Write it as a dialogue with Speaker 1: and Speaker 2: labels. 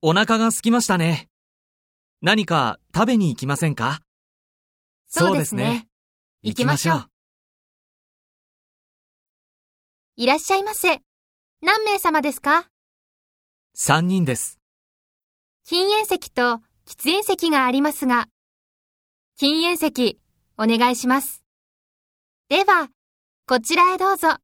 Speaker 1: お腹が空きましたね。何か食べに行きませんか
Speaker 2: そうですね。行きましょう。いらっしゃいませ。何名様ですか
Speaker 1: 3人です。
Speaker 2: 禁煙席と喫煙席がありますが。禁煙席、お願いします。では、こちらへどうぞ。